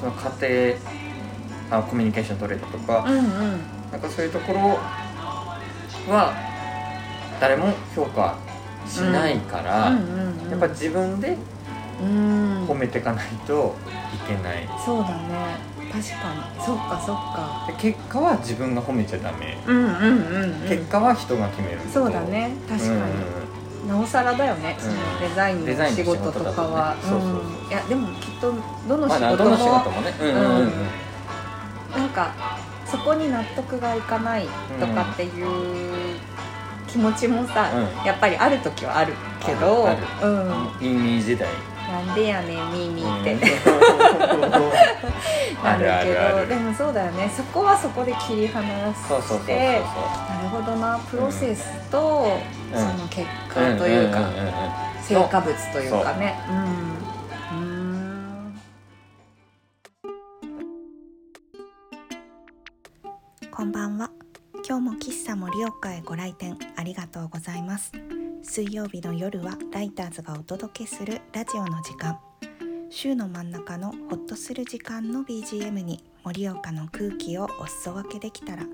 その家庭あコミュニケーション取れたとか、うんうんなんかそういうところは誰も評価しないから、うんうんやっぱ自分でうん褒めていかないといけない、そうだね確かにそっかそっかで結果は自分が褒めちゃダメ、うんうんうん、う結ん、果は人が決めることそうだね確かに、なおさらだよね、そのデザインデザのインの仕仕事事とかだとねは、そうそうそうんいやでもきっとどうのんま仕あ事どの仕も事もねうんうんうんうんなんかそこに納得がいかないとかっていう気持ちもさ、やっぱりある時はあるけどあるうん、イミー時代なんでやねんミーミーって、うん なあるけどるあるあるでもそうだよねそこはそこで切り離してそうそうそうそうなるほどなプロセスと、うんその結果というか、んんんうん成果物というかねうんうんこんばんは。今日も喫茶森岡へご来店ありがとうございます。水曜日の夜はライターズがお届けするラジオの時間。週の真ん中のホッとする時間の BGM に森岡の空気をお裾分けできたら。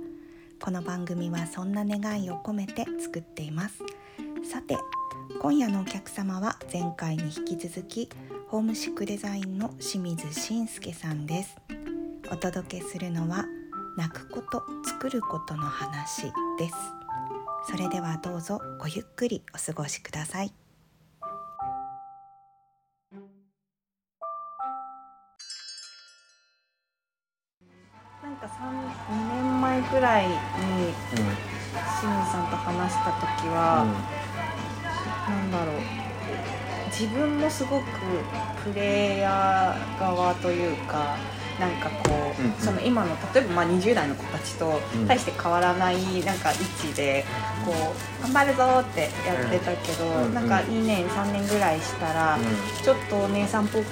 この番組はそんな願いを込めて作っています。さて、今夜のお客様は前回に引き続きホームシックデザインの清水信介さんです。お届けするのは泣くこと作ることの話ですそれではどうぞごゆっくりお過ごしくださいなんか2年前くらいにうん清水さんと話した時は、なんだろう自分もすごくプレイヤー側というかなんかこう、うんうんその今の例えばまあ20代の子たちとうん大して変わらないなんか位置でこう頑張るぞーってやってたけど、うんうんなんか2年3年ぐらいしたら。うんちょっとお姉さんっぽく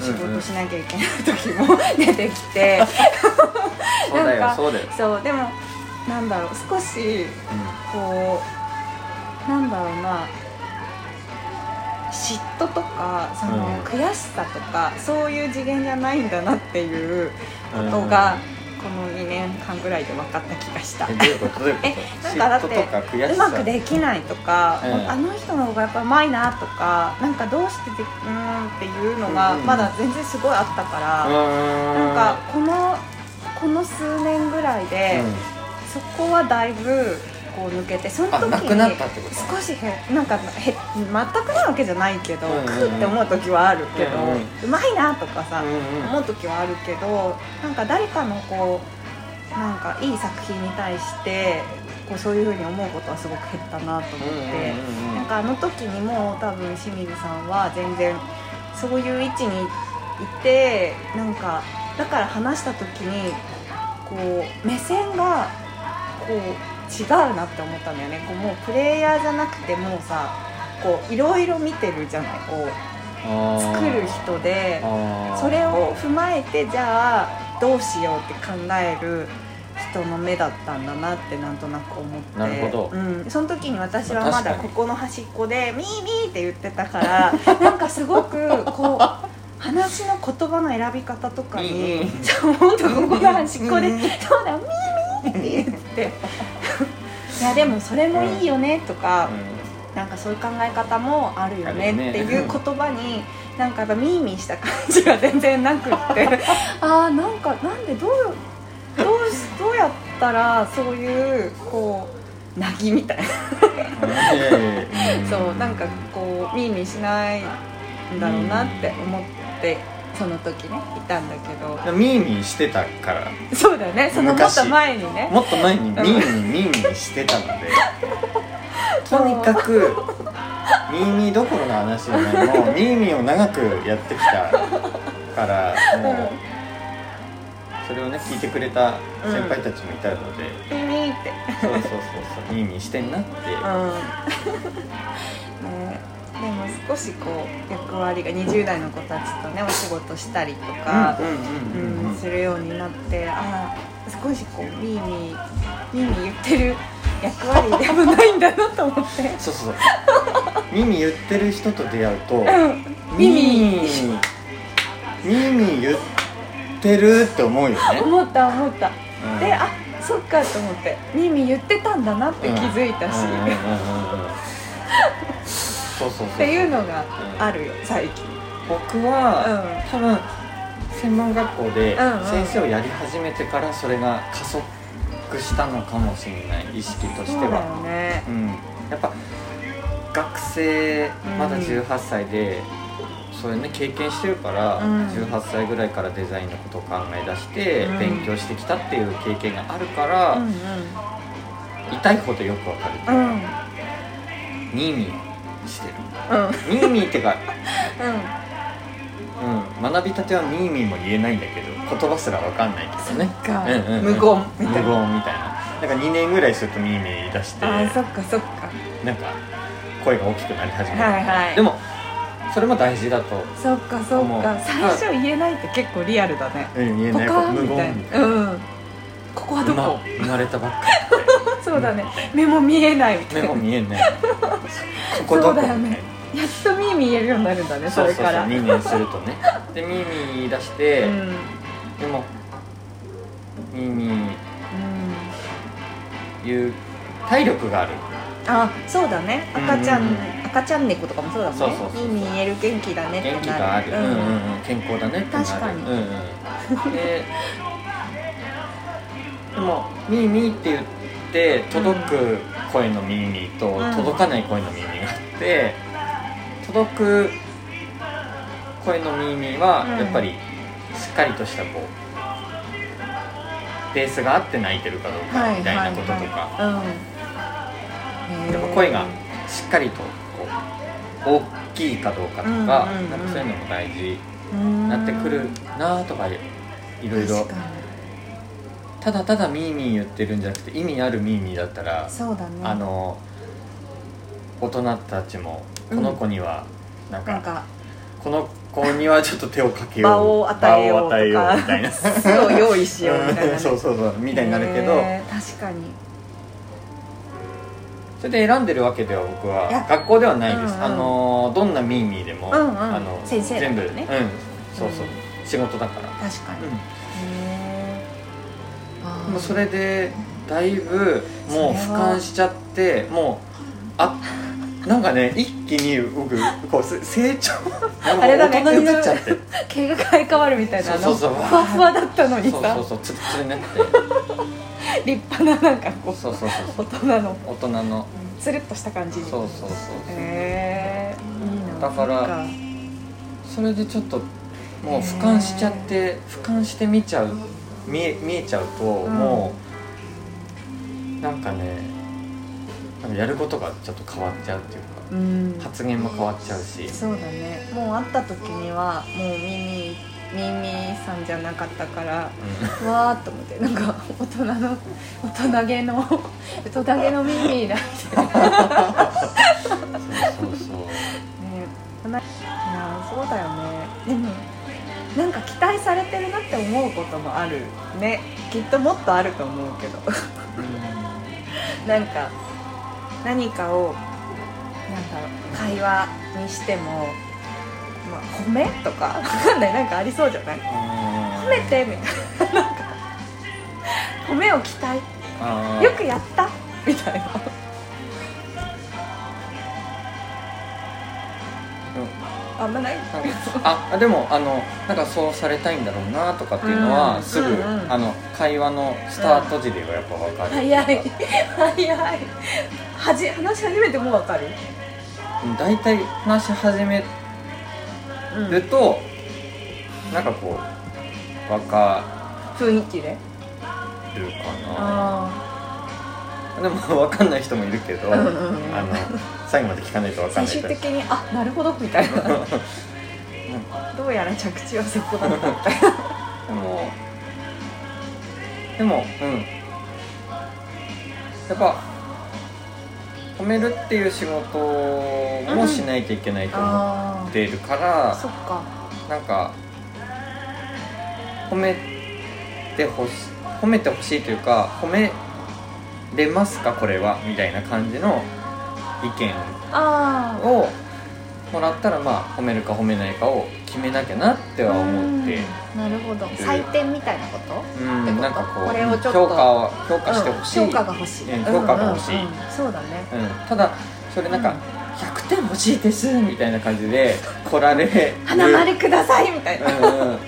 仕事しなきゃいけない時も 出てき て、そうだなんよかそうだよそうでもなんだろう少しこうなんだろうな嫉妬とかその、うん悔しさとかそういう次元じゃないんだなっていううんことが、この2年間ぐらいで分かった気がした。えどういうことどういうことえなんかだって嫉妬とか悔しうさまくできないとか、うんあの人の方がやっぱうまいなとかなんかどうしてでうーんっていうのうがんうんまだ全然すごいあったから、うーなんかこのこの数年ぐらいで、そこはだいぶこう抜けてその時うんあなくなったってこと少しへなんかへ全くないわけじゃないけど、うんうんうん食うって思う時はあるけど、ううんうんまいなとかさ、うんうん思う時はあるけどなんか誰かのこうなんかいい作品に対してこうそういうふうに思うことはすごく減ったなと思って、うんうんうんうんなんかあの時にもう多分清水さんは全然そういう位置にいてなんかだから話した時にこう目線がこう違うなって思ったんだよねこうもうプレイヤーじゃなくてもうさこういろいろ見てるじゃないこうあー作る人で。あーそれを踏まえてじゃあどうしようって考える人の目だったんだなってなんとなく思ってなるほどうん、その時に私はま確かだにここの端っこで「ミーミー」って言ってたから なんかすごくこう。話の言葉の選び方とかうんうにんそうもっとここが端っこでうんうん「そうだミーミー」って言って 「いやでもそれもいいよね」とかなんかそういう考え方もあるよねっていう言葉になんかやっぱミーミーした感じが全然な くってああなんかなんでどうどうしどうやったらそういうこうなぎみたいな、うんいやいやいや そうなんかこうミーミーしないんだろうなって思って。その時ねいたんだけどミーミーしてたからそうだよねそのもっと前にねもっと前にミーミーミーミーしてたのでとにかくミーミーどころの話じゃないもうミーミーを長くやってきたからもう、うんそれをね聞いてくれた先輩たちもいたので、ピーミーってそうそうそうそうミーミーしてんなって、うん、ねでも少しこう役割が20代の子たちとねお仕事したりとか、ううんうんうんうんんうんするようになってああ少しこうミーミーミーミー言ってる役割でもないんだなと思って。そうそうそうミーミー言ってる人と出会うと、うん、ミミーーミーミミーミー言っってるって思うよね、思った思ったうんであそっかと思ってミミ言ってたんだなって気づいたし、うんうんうんうんうんそうそうそうっていうのがあるよ最近僕うは、ん多分専門学校でうんうん先生をやり始めてからそれが加速したのかもしれない意識としてそうだはよねう、ん、やっぱ学生まだうん18歳で、そういうね経験してるから、うん18歳ぐらいからデザインのことを考え出して、うん勉強してきたっていう経験があるから、うん痛いほどよくわかる、うんうんニーミーしてるうんニーミーってか、うんうん、学びたてはニーミーも言えないんだけど言葉すらわかんないけどねかうんうんうん無言み無た言みいなたいななんか2年ぐらいするとミーミー言い出してあーなそっかそっかんか声が大きくなり始める、はいはいでもそれも大事だと、そっかそ思っうか最初言えないって結構リアルだねうん、言えポないカーン無みた言いみたないな、うんここはどこ今生まれたばっかそうだね目も見えないみた目いなも見えない ここどこそうだよねやっと見見えるようになるんだねそそうれそうそうから2年するとねでミーミー言い出して、うんでもミーミーうん言う体力があるあそうだね赤ちゃん、うんうんうん赤ちゃん猫とかもそうだもんそねうそうそうそう見見える元気だねってなる元気がある、うんうんうんうん、健康だねってなる確かにうんう ん、ででも「ミーミー」って言って届く声のミーミーとうん届かない声のミーミーがあって届く声のミーミーはうんやっぱりしっかりとしたこうベースが合って泣いてるかどうかみたいなこととか、うんやっぱ声がしっかりとこう大きいかどうかとか,、うんうんうんなんかそういうのも大事になってくるなとかいろいろ確かにただただミーミー言ってるんじゃなくて意味あるミーミーだったら、そうだねあの大人たちもこの子にはなんか,、なんかこの子にはちょっと手をかけよう場を与えようとか場を与えようみたいな巣を用意 しようみたいな、うん そうそうそうみたいになるけど、へー確かにそれで選んでるわけでは僕はいや学校ではないです、うんうんあのどんなミーミーでも、うんうんあの先生だ全部からねねうんそうそう、仕事だから、確かに、へえあでーもそれでだいぶもう俯それは瞰しちゃってもうあなんかね一気に僕こうせ成長なんかあれだね大人になっちゃって、毛が生え変わるみたいなあのそうそうそうふわふわだったのにそうさそうそうつるつるになって立派ななんかこうそうそうそう大人の大人のつるっとした感そじうにそうそうへえいいなだからなんそれでちょっともう俯瞰しちゃって俯瞰して見ちゃう見え見えちゃうと、んもうなんかねなんかやることがちょっと変わっちゃうっていうかうん発言も変わっちゃうしそうだねもう会った時にはもう耳耳さんじゃなかったからわーっと思ってなんか大人の大人げの大人げの耳だねうんそうそうそう話いやーそうだよねでもなんか期待されてるなって思うこともあるねきっともっとあると思うけど なんか何かをなんだろう会話にしても、まあ、褒めとかわかんないなんかありそうじゃない褒めてみたいななんか褒めを期待あーよくやったみたいなあんまないあでもあのなんかそうされたいんだろうなとかっていうのは、うんすぐ、うんうんあの会話のスタート時ではやっぱ分かる、早い早いはじ話し始めてもうわかる、大体話し始めうんると、なんかこう分か雰囲気でるかあなでも分かんない人もいるけど、うんうんうんあの最後まで聞かないと分かん最ない終から的にあなるほどみたいなどうやら着地はそこだったみたいなでもでもうんやっぱ褒めるっていう仕事もしないといけないと思 あっているから、そっかなんか褒めてほし褒めてほしいというか褒めれますかこれはみたいな感じの意見あをもらったらまあ褒めるか褒めないかを決決めなきゃなっては思って、うんなるほど採点みたいなことうんってことなんかこうこれをちょっ評と価を評価してほしい、ううんん評価が欲しい、うん評価が欲しいうんうんうんそうだねただそれなんか、うん100点欲しいですみたいな感じ で来られる花丸くださいみたいうんな、うん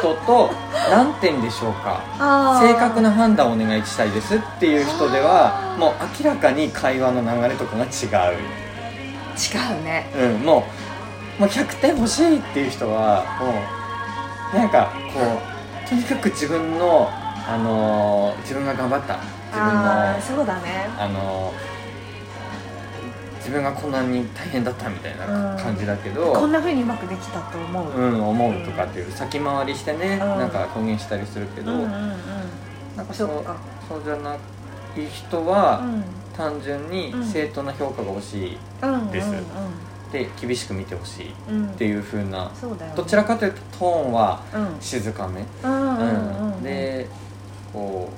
人と何点でしょうかあー正確な判断をお願いしたいですっていう人ではあーもう明らかに会話の流れとかが違違うねう、うん、もうもう100点欲しいっていう人はもうなんかこうとにかく自分の、あのー自分が頑張った自分ああのーそうだねあの自分がこんなに大変だったみたいなうん感じだけこんど、な風にうまくできたと思う、うん思うとかっていう先回りしてね、んなんか公言したりするけど、うんうんうんなんかそそうっかそうじゃない人うはん単純にうん正当な評価が欲しいうんですうで厳しく見てほしいっんうんうんていう風なそうだよねどちらかというとトーンはうん静かめ、うんううんうんん、でこう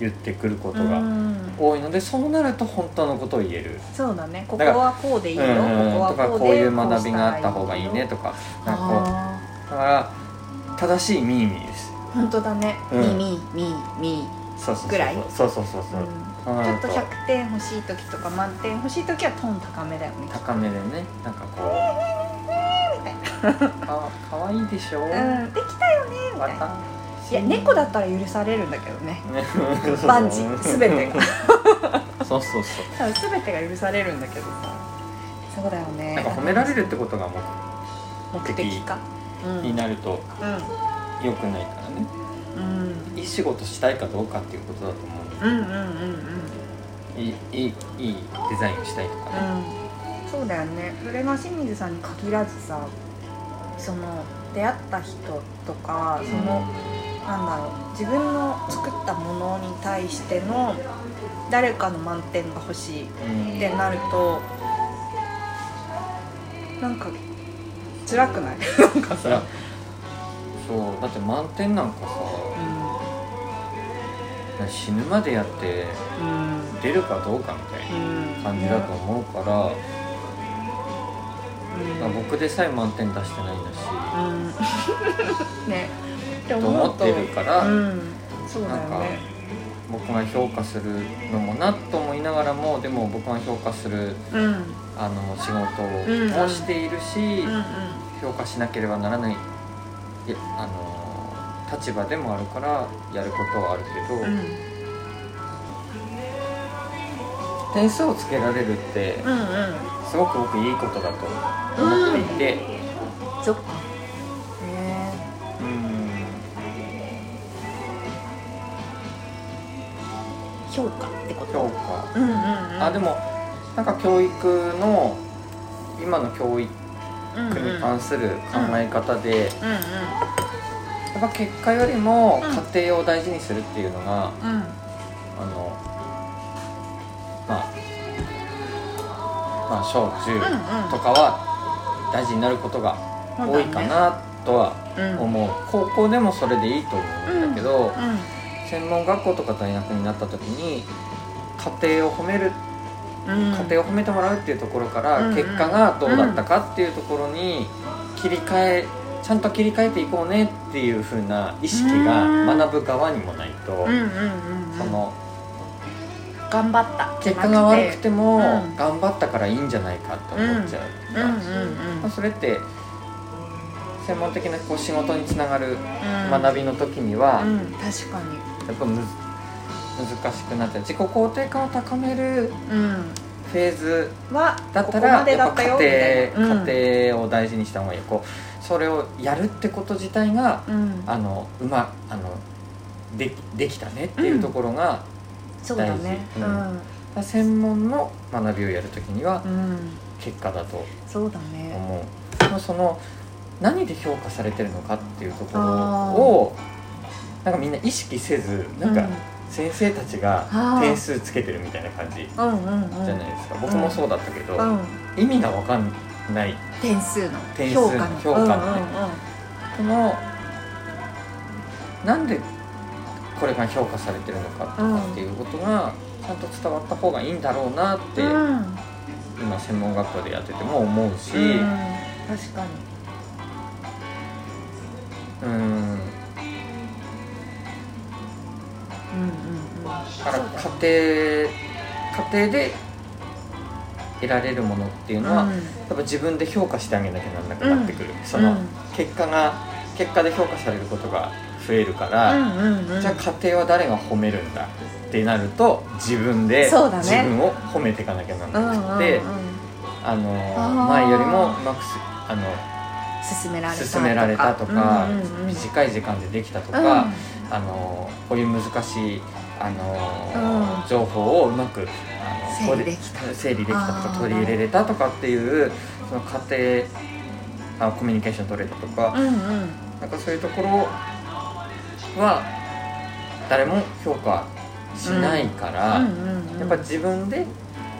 言ってくることうがん多いのでそうなると本当のことを言える。そうだねここだからはこうでいいよ、うんうんとここはかこうでこういう学びがあった方こうしたがらいいねとかなんかこあうだから正しいミーミーですー本当だね、うんみみみみそうそうそうそうぐらいそうそうそうそう、そううん、なちょるっとと100点欲しい時とか満点欲しい時はトーン高めだよね高めでねなんか こうかわかわいいでしょ、ううんできたよねみたいな私いや猫だったら許されるんだけどねねバンジ 全てがそうそうそう多分全てが許されるんだけどさそうだよねなんか褒められるってことがも目的かうになると良くないからねうん、うんいい仕事したいかどうかっていうことだと思うんうんうんうんういいいいいいデザインをしたいとかね、うんそうだよねそれが清水さんに限らずさその出会った人とかその、なんだろう自分の作ったものに対しての誰かの満点が欲しいうんってなるとなんか辛くない、なんかさそうだって満点なんかうさん死ぬまでやってうん出るかどうかみたいな感じだと思うから、まあ、ね僕でさえ満点出してないんだし、うんねってと思思うっとてるから、うんそうだよなんかね僕が評価するのもなと思いながらもでも僕が評価するうんうんあの仕うん事をしているし、うん評価しなければならないいやあの立場でもあるからやることはあるけど、うん点数をつけられるってうんうんすごく僕いいことだと思っていて。そっかねうん評価ってこ評と価うんうんうんあでもなんか教育の今の教育うんうんに関する考え方で、やうんっぱ結果よりもうん過程を大事にするっていうのが、うんうんあのまあまあ小中うんうんとかは大事になることが多いかなとはうん思う、高校でもそれでいいと思うんだけど、うん専門学校とか大学になった時に家庭を褒めるうん家庭を褒めてもらうっていうところから、うんうん結果がどうだったかっていうところに切り替えちゃんと切り替えていこうねっていう風な意識がうん学ぶ側にもないと、うんうんうんそうんの頑張った結果が悪くてもうん頑張ったからいいんじゃないかって思っちゃう、うんうんまあそれって専門的なこう仕事につながるうん学びの時には、うん確かにやっぱむず難しくなっちゃう自己肯定感を高めるうんフェーズはだったここらまでだやっったぱよみた家いな庭,、家庭を大事にした方がいいこうそれをやるってこと自体がうんうんあのうまあのできできたねっていうところが、そうだね大事専門の学びをやるときにはうんうん結果だとそうだね思う、その何で評価されてるのかっていうところをなんかみんな意識せずなんか先生たちあがー点数つけてるみたいな感じじうんうんうんうんゃないですか、僕もそうだったけど、うん意味が分かんない点数の点数評の価の評価のねうんうんうんこのなんでこれが評価されてるのかとかっていうことがちゃんと伝わった方がいいんだろうなって、うん今専門学校でやってても思うし、うん確かにうんだからうんうんうんそうだね家庭家庭で得られるものっていうのは、うんやっぱ自分で評価してあげなきゃなんなくなってくる、そうのん結果が結果で評価されることが増えるから、うんうんうんじゃあ家庭は誰が褒めるんだってなると自分でそうだね自分を褒めていかなきゃなんうんうんなうくんて、あのあー前よりもうまくすあの勧められたとか進められたとか、うんうんうん短い時間でできたとか、あのこういう難しいあの、う情報をうまくあの整理できたここ整理できたとあかー取り入れれたとかっていうその過程あコミュニケーション取れたとか、うんうんうんなんかそういうところは誰も評価しないから、うんうんやっぱ自分で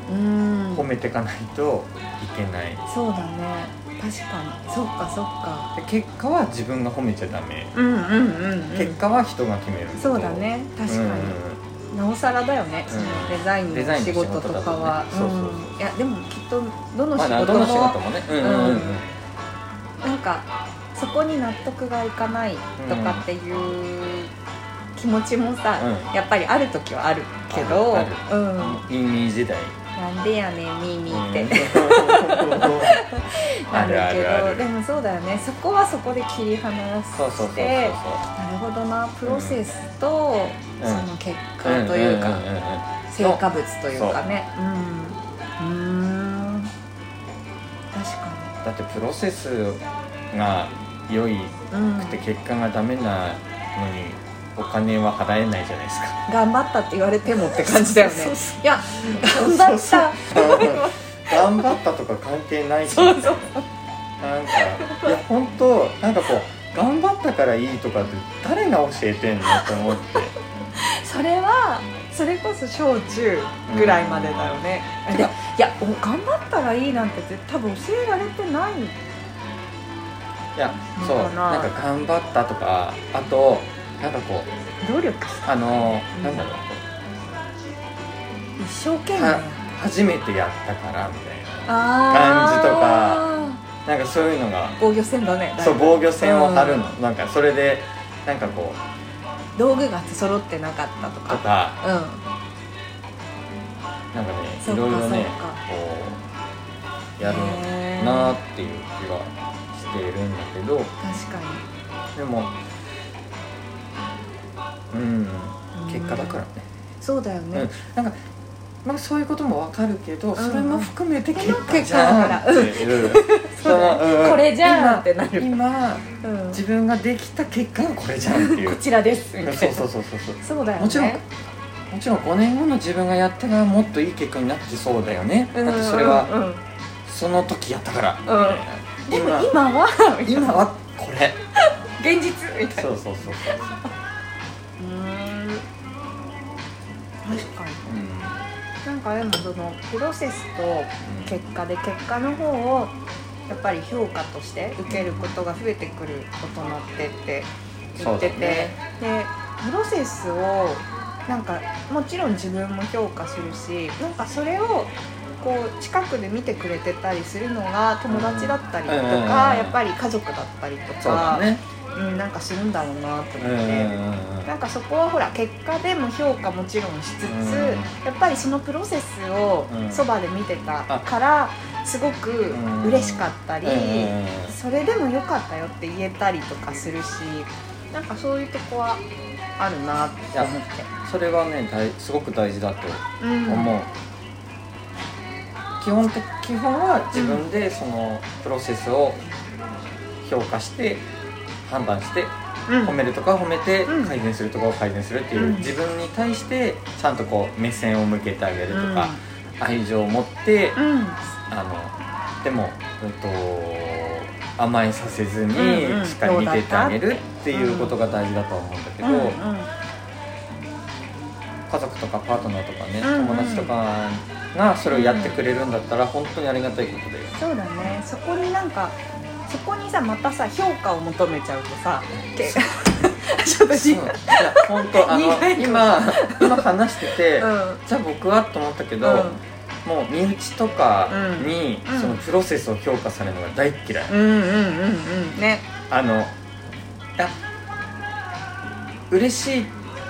うん褒めていかないといけない、そうだね確かにそっかそっかで結果は自分が褒めちゃダメ、うんうんうん、う結ん、果は人が決めることそうだね確かに、なおさらだよね、そのデザインのデザインの仕仕事事ととかかはは、そうそうそういやでもきっとどうのん、ま仕あ事ども,、の仕事もねうんうんうんうんなんかそこに納得がいかないとかっていう気持ちもさ、うやっぱりある時はあるけどあるうんミーミー時代なんでやねんミーミーって、あ なるけるどあるあるでもそうだよねそこはそこで切り離してそうそうそうそうなるほどなプロセスと、うんその結果というか、んんんうん成果物というかねうんうーん確かだってプロセスが良いに、うんく、て結果がダメなのにお金は払えないじゃないですか頑張ったって言われてもって感じだよねそうそういや頑張った頑張ったとか関係ないしそうそうなんかいや本当なんかこう頑張ったからいいとかって誰が教えてんのと思ってそれはそれこそ小中ぐらいまでだよね、うんでいやお頑張ったらいいなんて絶対多分教えられてないいやそうだからなんか頑張ったとかあとなんかこう努力あのなんだろう一生懸命は初めてやったからみたいなあーなんかそういうのが防御線だねだいぶそう防御線を張るの、なんかそれでなんかこう道具が揃ってなかったととかかうんなんかねそいうかろいろねそうかこうやるへーなっていう気はしているんだけど確かでもうんに結果だからね、そうだようんね、なんかまあそういうこともわかるけど、んそれも含めて結果結じ果だかゃらんっていうそのうんこれじゃんってな今る、今うん、自分ができた結果がこれじゃんっていこうちらですみたいなそうそうそうそうそうそうだよねもちろんもちろん5年後の自分がやったらもっといい結果になってそうだよね、だってそれはうんうんうんその時やったから、うん、でも今今は今はこれ現実みたいなうそうそうそう、うーん確かにうんなんかでもそのプロセスと結果で結果の方をやっぱり評価として受けることが増えてくる大人ってって言そってて、うだねでプロセスをなんかもちろん自分も評価するしなんかそれをこう近くで見てくれてたりするのが友達だったりとか、うんうんうんうんやっぱり家族だったりとそうかだねうん、なんかするんだろうなとうん思うんっうんて。うんなんかそこはほら結果でも評価もちろんしつつ、うんやっぱりそのプロセスをうんそばで見てたからすごくん嬉しかったり、うんそれでも良かったよって言えたりとかするしなんかそういうとこはあるなって思って。それはね大すごく大事だとうん思う、基本的基本は自分でそのプロセスを評価して判断してうん褒めるとか褒めてうん改善するとかを改善するっていう、うん自分に対してちゃんとこう目線を向けてあげるとか、愛情を持って、うんうんあのでも、うんと、甘えさせずにうんうんしっかり見てってあげるっていうことが大事だとは思うんだけど、うんうん家族とかパートナーとかね、うんうん友達とかがそれをやってくれるんだったら本当にありがたいことだよ。そうだねそこになんかそこにさまたさ評価を求めちゃうとさけ ちょ っとそうい違うや本当あの苦いこと今今話してて、うんじゃあ僕はと思ったけど、もう身内とかにうんうんそのプロセスを評価されるのが大っ嫌い、うんうんうんうんねあのや嬉しいっ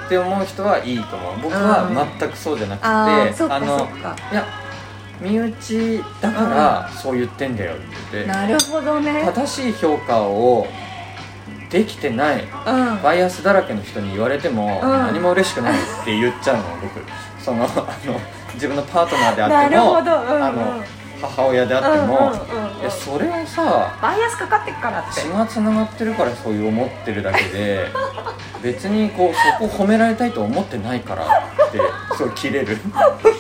て思う人はいいと思う僕は全くそうじゃなくてあーそっかそのっかいや身内だからそう言ってんだよって言ってなるほどね正しい評価をできてないうんバイアスだらけの人に言われてもうん何も嬉しくないって言っちゃうの僕そのあの自分のパートナーであなってるもほどうんうんあの母親であっても、うんうんうんうんいやそれはさバイアスかかってっからって血がつながってるからそういう思ってるだけ で別にこうそこ褒められたいと思ってないからってそう切れる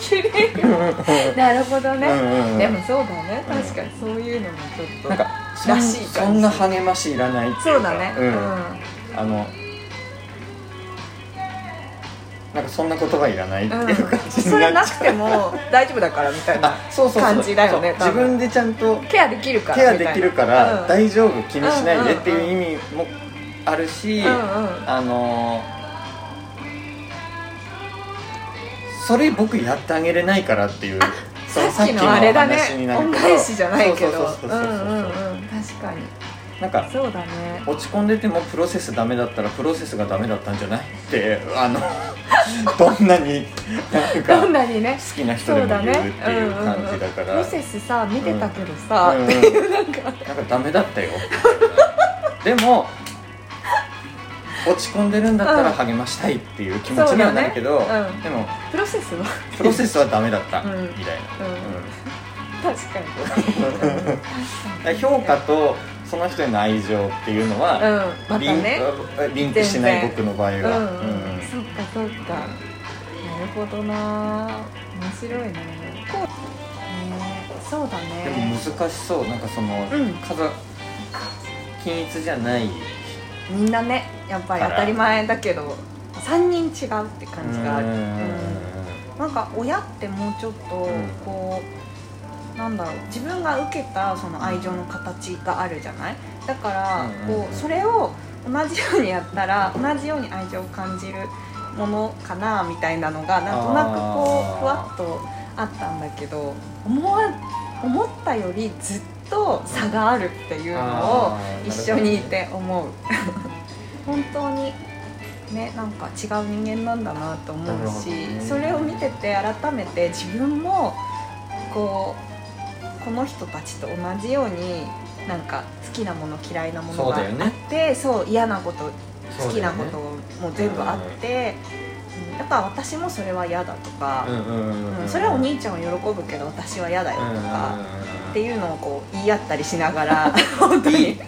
綺麗なるほどね、うんうんでもそうだねうん確かにそういうのもちょっとなんかそらんしい感じそんな励ましいらないっていそかううだねうんうんあのなんかそんな言葉いらないっていう感じそにれななっちゃ、くても大丈夫だからみたいうなあそうそうそう感じだよねそう多自分分でちゃんとケアできるからケアできるからみたい大丈夫気にしないでってうんいう意味もあるし、なうんうんあのーそれ僕やってあげれないからっていうそのさっきのあれだね話にな恩るけど返しじゃないけどそううそうそうそんううそうんうん確かになんかそうだね落ち込んでてもプロセスダメだったらプロセスがダメだったんじゃないってあ のどんなになんかどん好なにねきな人そでうもだ言ねうっていう感じだかうんうんうらんプロセスさ見てたけどさ、うんうんなんかダメだったよでも落ち込んでるんだったら励ましたいっていう気持ちにはなるけど、そうだねうんでもプロセスは、プロセスはダメだったうんみたいな、うんうん確かに確か だからに評価とその人への愛情っていうのうは、んまたリンねリンクしな全い然僕の場合うん、は、うん、そっかそっか、なるほどな面白いねこうねそうだでもね難しそうなんかその、うん数均一じゃないみんなねやっぱり当たり前だけど3人違うって感じがあるうんなんか親ってもうちょっとんこう、なんだろう自分が受けたその愛情の形があるじゃないだからうんうんうんこうそれを同じようにやったら同じように愛情を感じるものかなみたいなのがなんとなくこあーうふわっとあったんだけど思わ思ったよりずっと差があるっていうのをあー一緒にいて思う 本当にねなんか違う人間なんだなと思なるうほし、どねそれを見てて改めて自分もこうこの人たちと同じようになんか好きなもの嫌いなものそうがあだよねってそう,、嫌なこと好きなこそうだとよねも全部あって、うんだから私もそれは嫌だとか、うんうんうんうんうんそれはお兄ちゃんは喜ぶけど私は嫌だよとうんうんうんか。っていうのをこう言い合ったりしなが ら本当に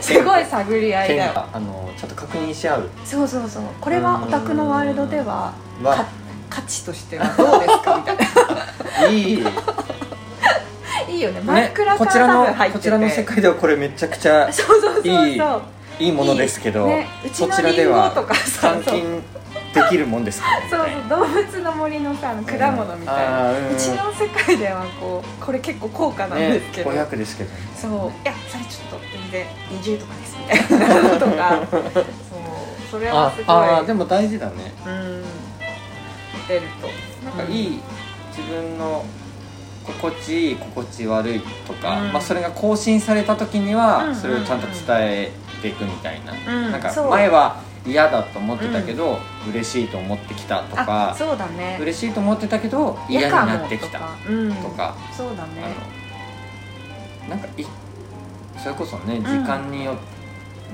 すごい探り合いだ県よがあのちょっと確認し合うそうそうそうこれはオタクのワールドではかは価値としてはどうです かみたいないい、ね、いいよね マイクラかこらちら多分の入ってこてちらの世界ではこれめちゃくちゃそうそうそうそういいいいものですけど、ね、うちそのちらリでンゴとはか監さそうそう禁できるもんですかねみたいなそう動物の森のさあの果物みたいな、うんあーうんうちの世界ではこうこれ結構高価なんねですけど、 500ですけどねそういやそれちょっと全然20とかですみたいなの とかそうそれはあすごいあーでも大事だねうん出るとなんかいい自分の心地いい心地悪いとか、うんまあ、それが更新された時にうんうんうんはそれをちゃんと伝えていくみたいな,、んなんかそう前は嫌だと思ってたけど、嬉しいと思ってきたとあかそうだね嬉しいと思ってたけど嫌になってきたかもとか,、うん、とか、そうだねあのなんかいそれこそね時間によって、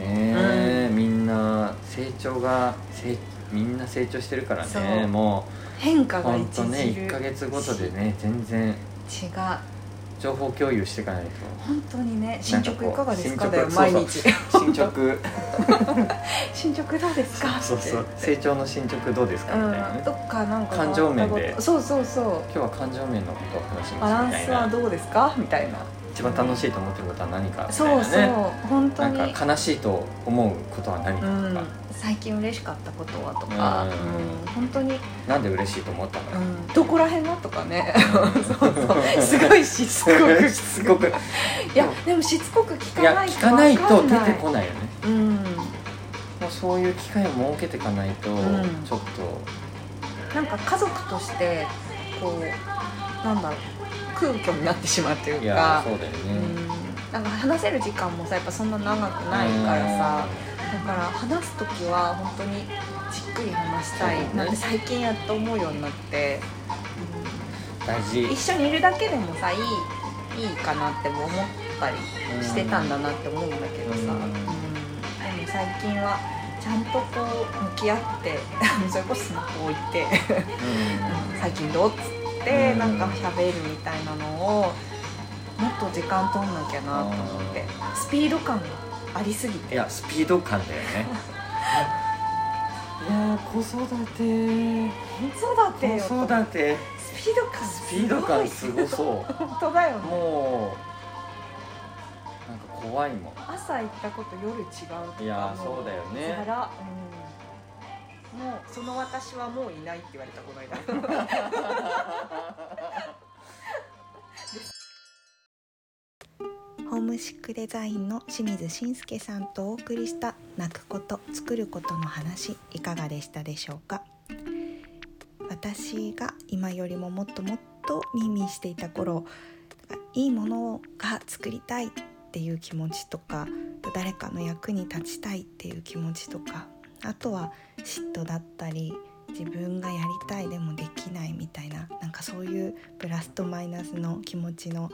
ねえみんな成長がせいみんな成長してるからそうねも変う化がほん一と時ね1か月ごとでね全然違う本情報共有していかないと当にね進捗いかがですかなんだこよう毎日進捗そう 進捗どうですかそうそうそう成長の進捗どうですかみたいなうんねどっかなんか感情面でそうそうそう今日は感情面のことを話しバラますンみたいスはなどうですかみたいな一番楽しいと思ってることは何かみたいなそうねそう本当なにんか悲しいと思うことは何うかとんか、最近嬉しかったことはとか、うんうん、本当になんで嬉しいと思ったのかうんどこら辺がとかねそうそうすすごいしつこくすごくいいやでもしつこく聞かやないと聞かないとわ出かんてこないよねうんもうそういう機会を設けていかないとちょっんと、なんか家族としてこうなんだろう空虚になってしまうといういやかそうだよね、うんなんか話せる時間もさやっぱそんな長くないからさ、だから話す時は本当にじっくり話したそうだいねなんて最近やっと思うようになって大事一緒にいるだけでもさいいいいかなっても思ったりしてたんだなって思うんだけどさ、うんうんでも最近はちゃんとこう向き合って それこそスマホ置いて「最近どう?」っつってうんなんか喋るみたいなのをもっと時間取んなきゃなと思ってスピード感がありすぎうん、いてやスピード感だよねいやー子育てそうだってよ子育てスピード感スピード感すごそ本当だようねもうなんか怖いもん朝行ったこと夜違うとかいやーもそうだよねざら、うん、もうその私はもういないって言われたこの間 ホームシックデザインの清水信介さんとお送りした泣くこと作ることの話いかがでしたでしょうか私が今よりももっともっとミーミーしていた頃いいものが作りたいっていう気持ちとか誰かの役に立ちたいっていう気持ちとかあとは嫉妬だったり自分がやりたいでもできないみたいななんかそういうプラスとマイナスの気持ちの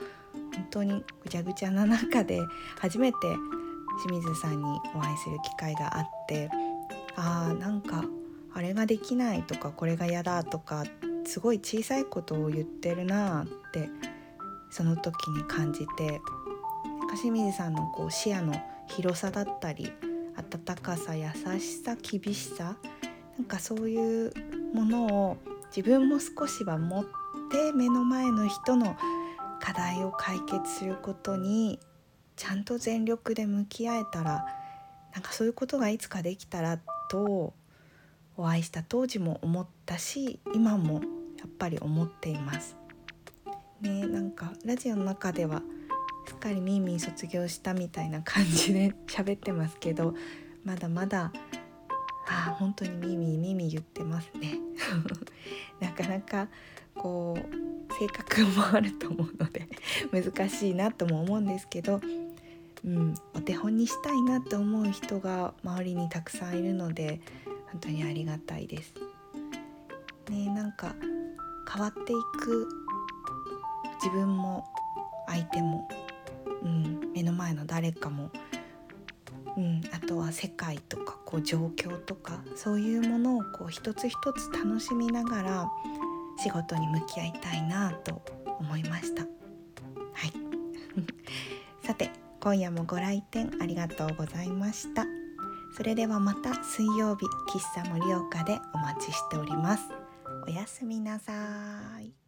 本当にぐちゃぐちゃな中で初めて清水さんにお会いする機会があってあーなんかあれができないとかこれが嫌だとかすごい小さいことを言ってるなーってその時に感じてなんか清水さんのこう視野の広さだったり温かさ優しさ厳しさなんかそういうものを自分も少しは持って目の前の人の課題を解決することにちゃんと全力で向き合えたらなんかそういうことがいつかできたらとお会いした当時も思ったし今もやっぱり思っています。ねなんかラジオの中ではすっかりみーみー卒業したみたいな感じで 喋ってますけどまだまだあー本当にみーみーみーみー言ってますね。 なかなかこう性格もあると思うので 難しいなとも思うんですけど、うん、お手本にしたいなと思う人が周りにたくさんいるので本当にありがたいです。ね、なんか変わっていく自分も相手も、うん、目の前の誰かも、うん、あとは世界とかこう状況とかそういうものをこう一つ一つ楽しみながら仕事に向き合いたいなと思いましたはい さて今夜もご来店ありがとうございましたそれではまた水曜日喫茶盛岡でお待ちしておりますおやすみなさい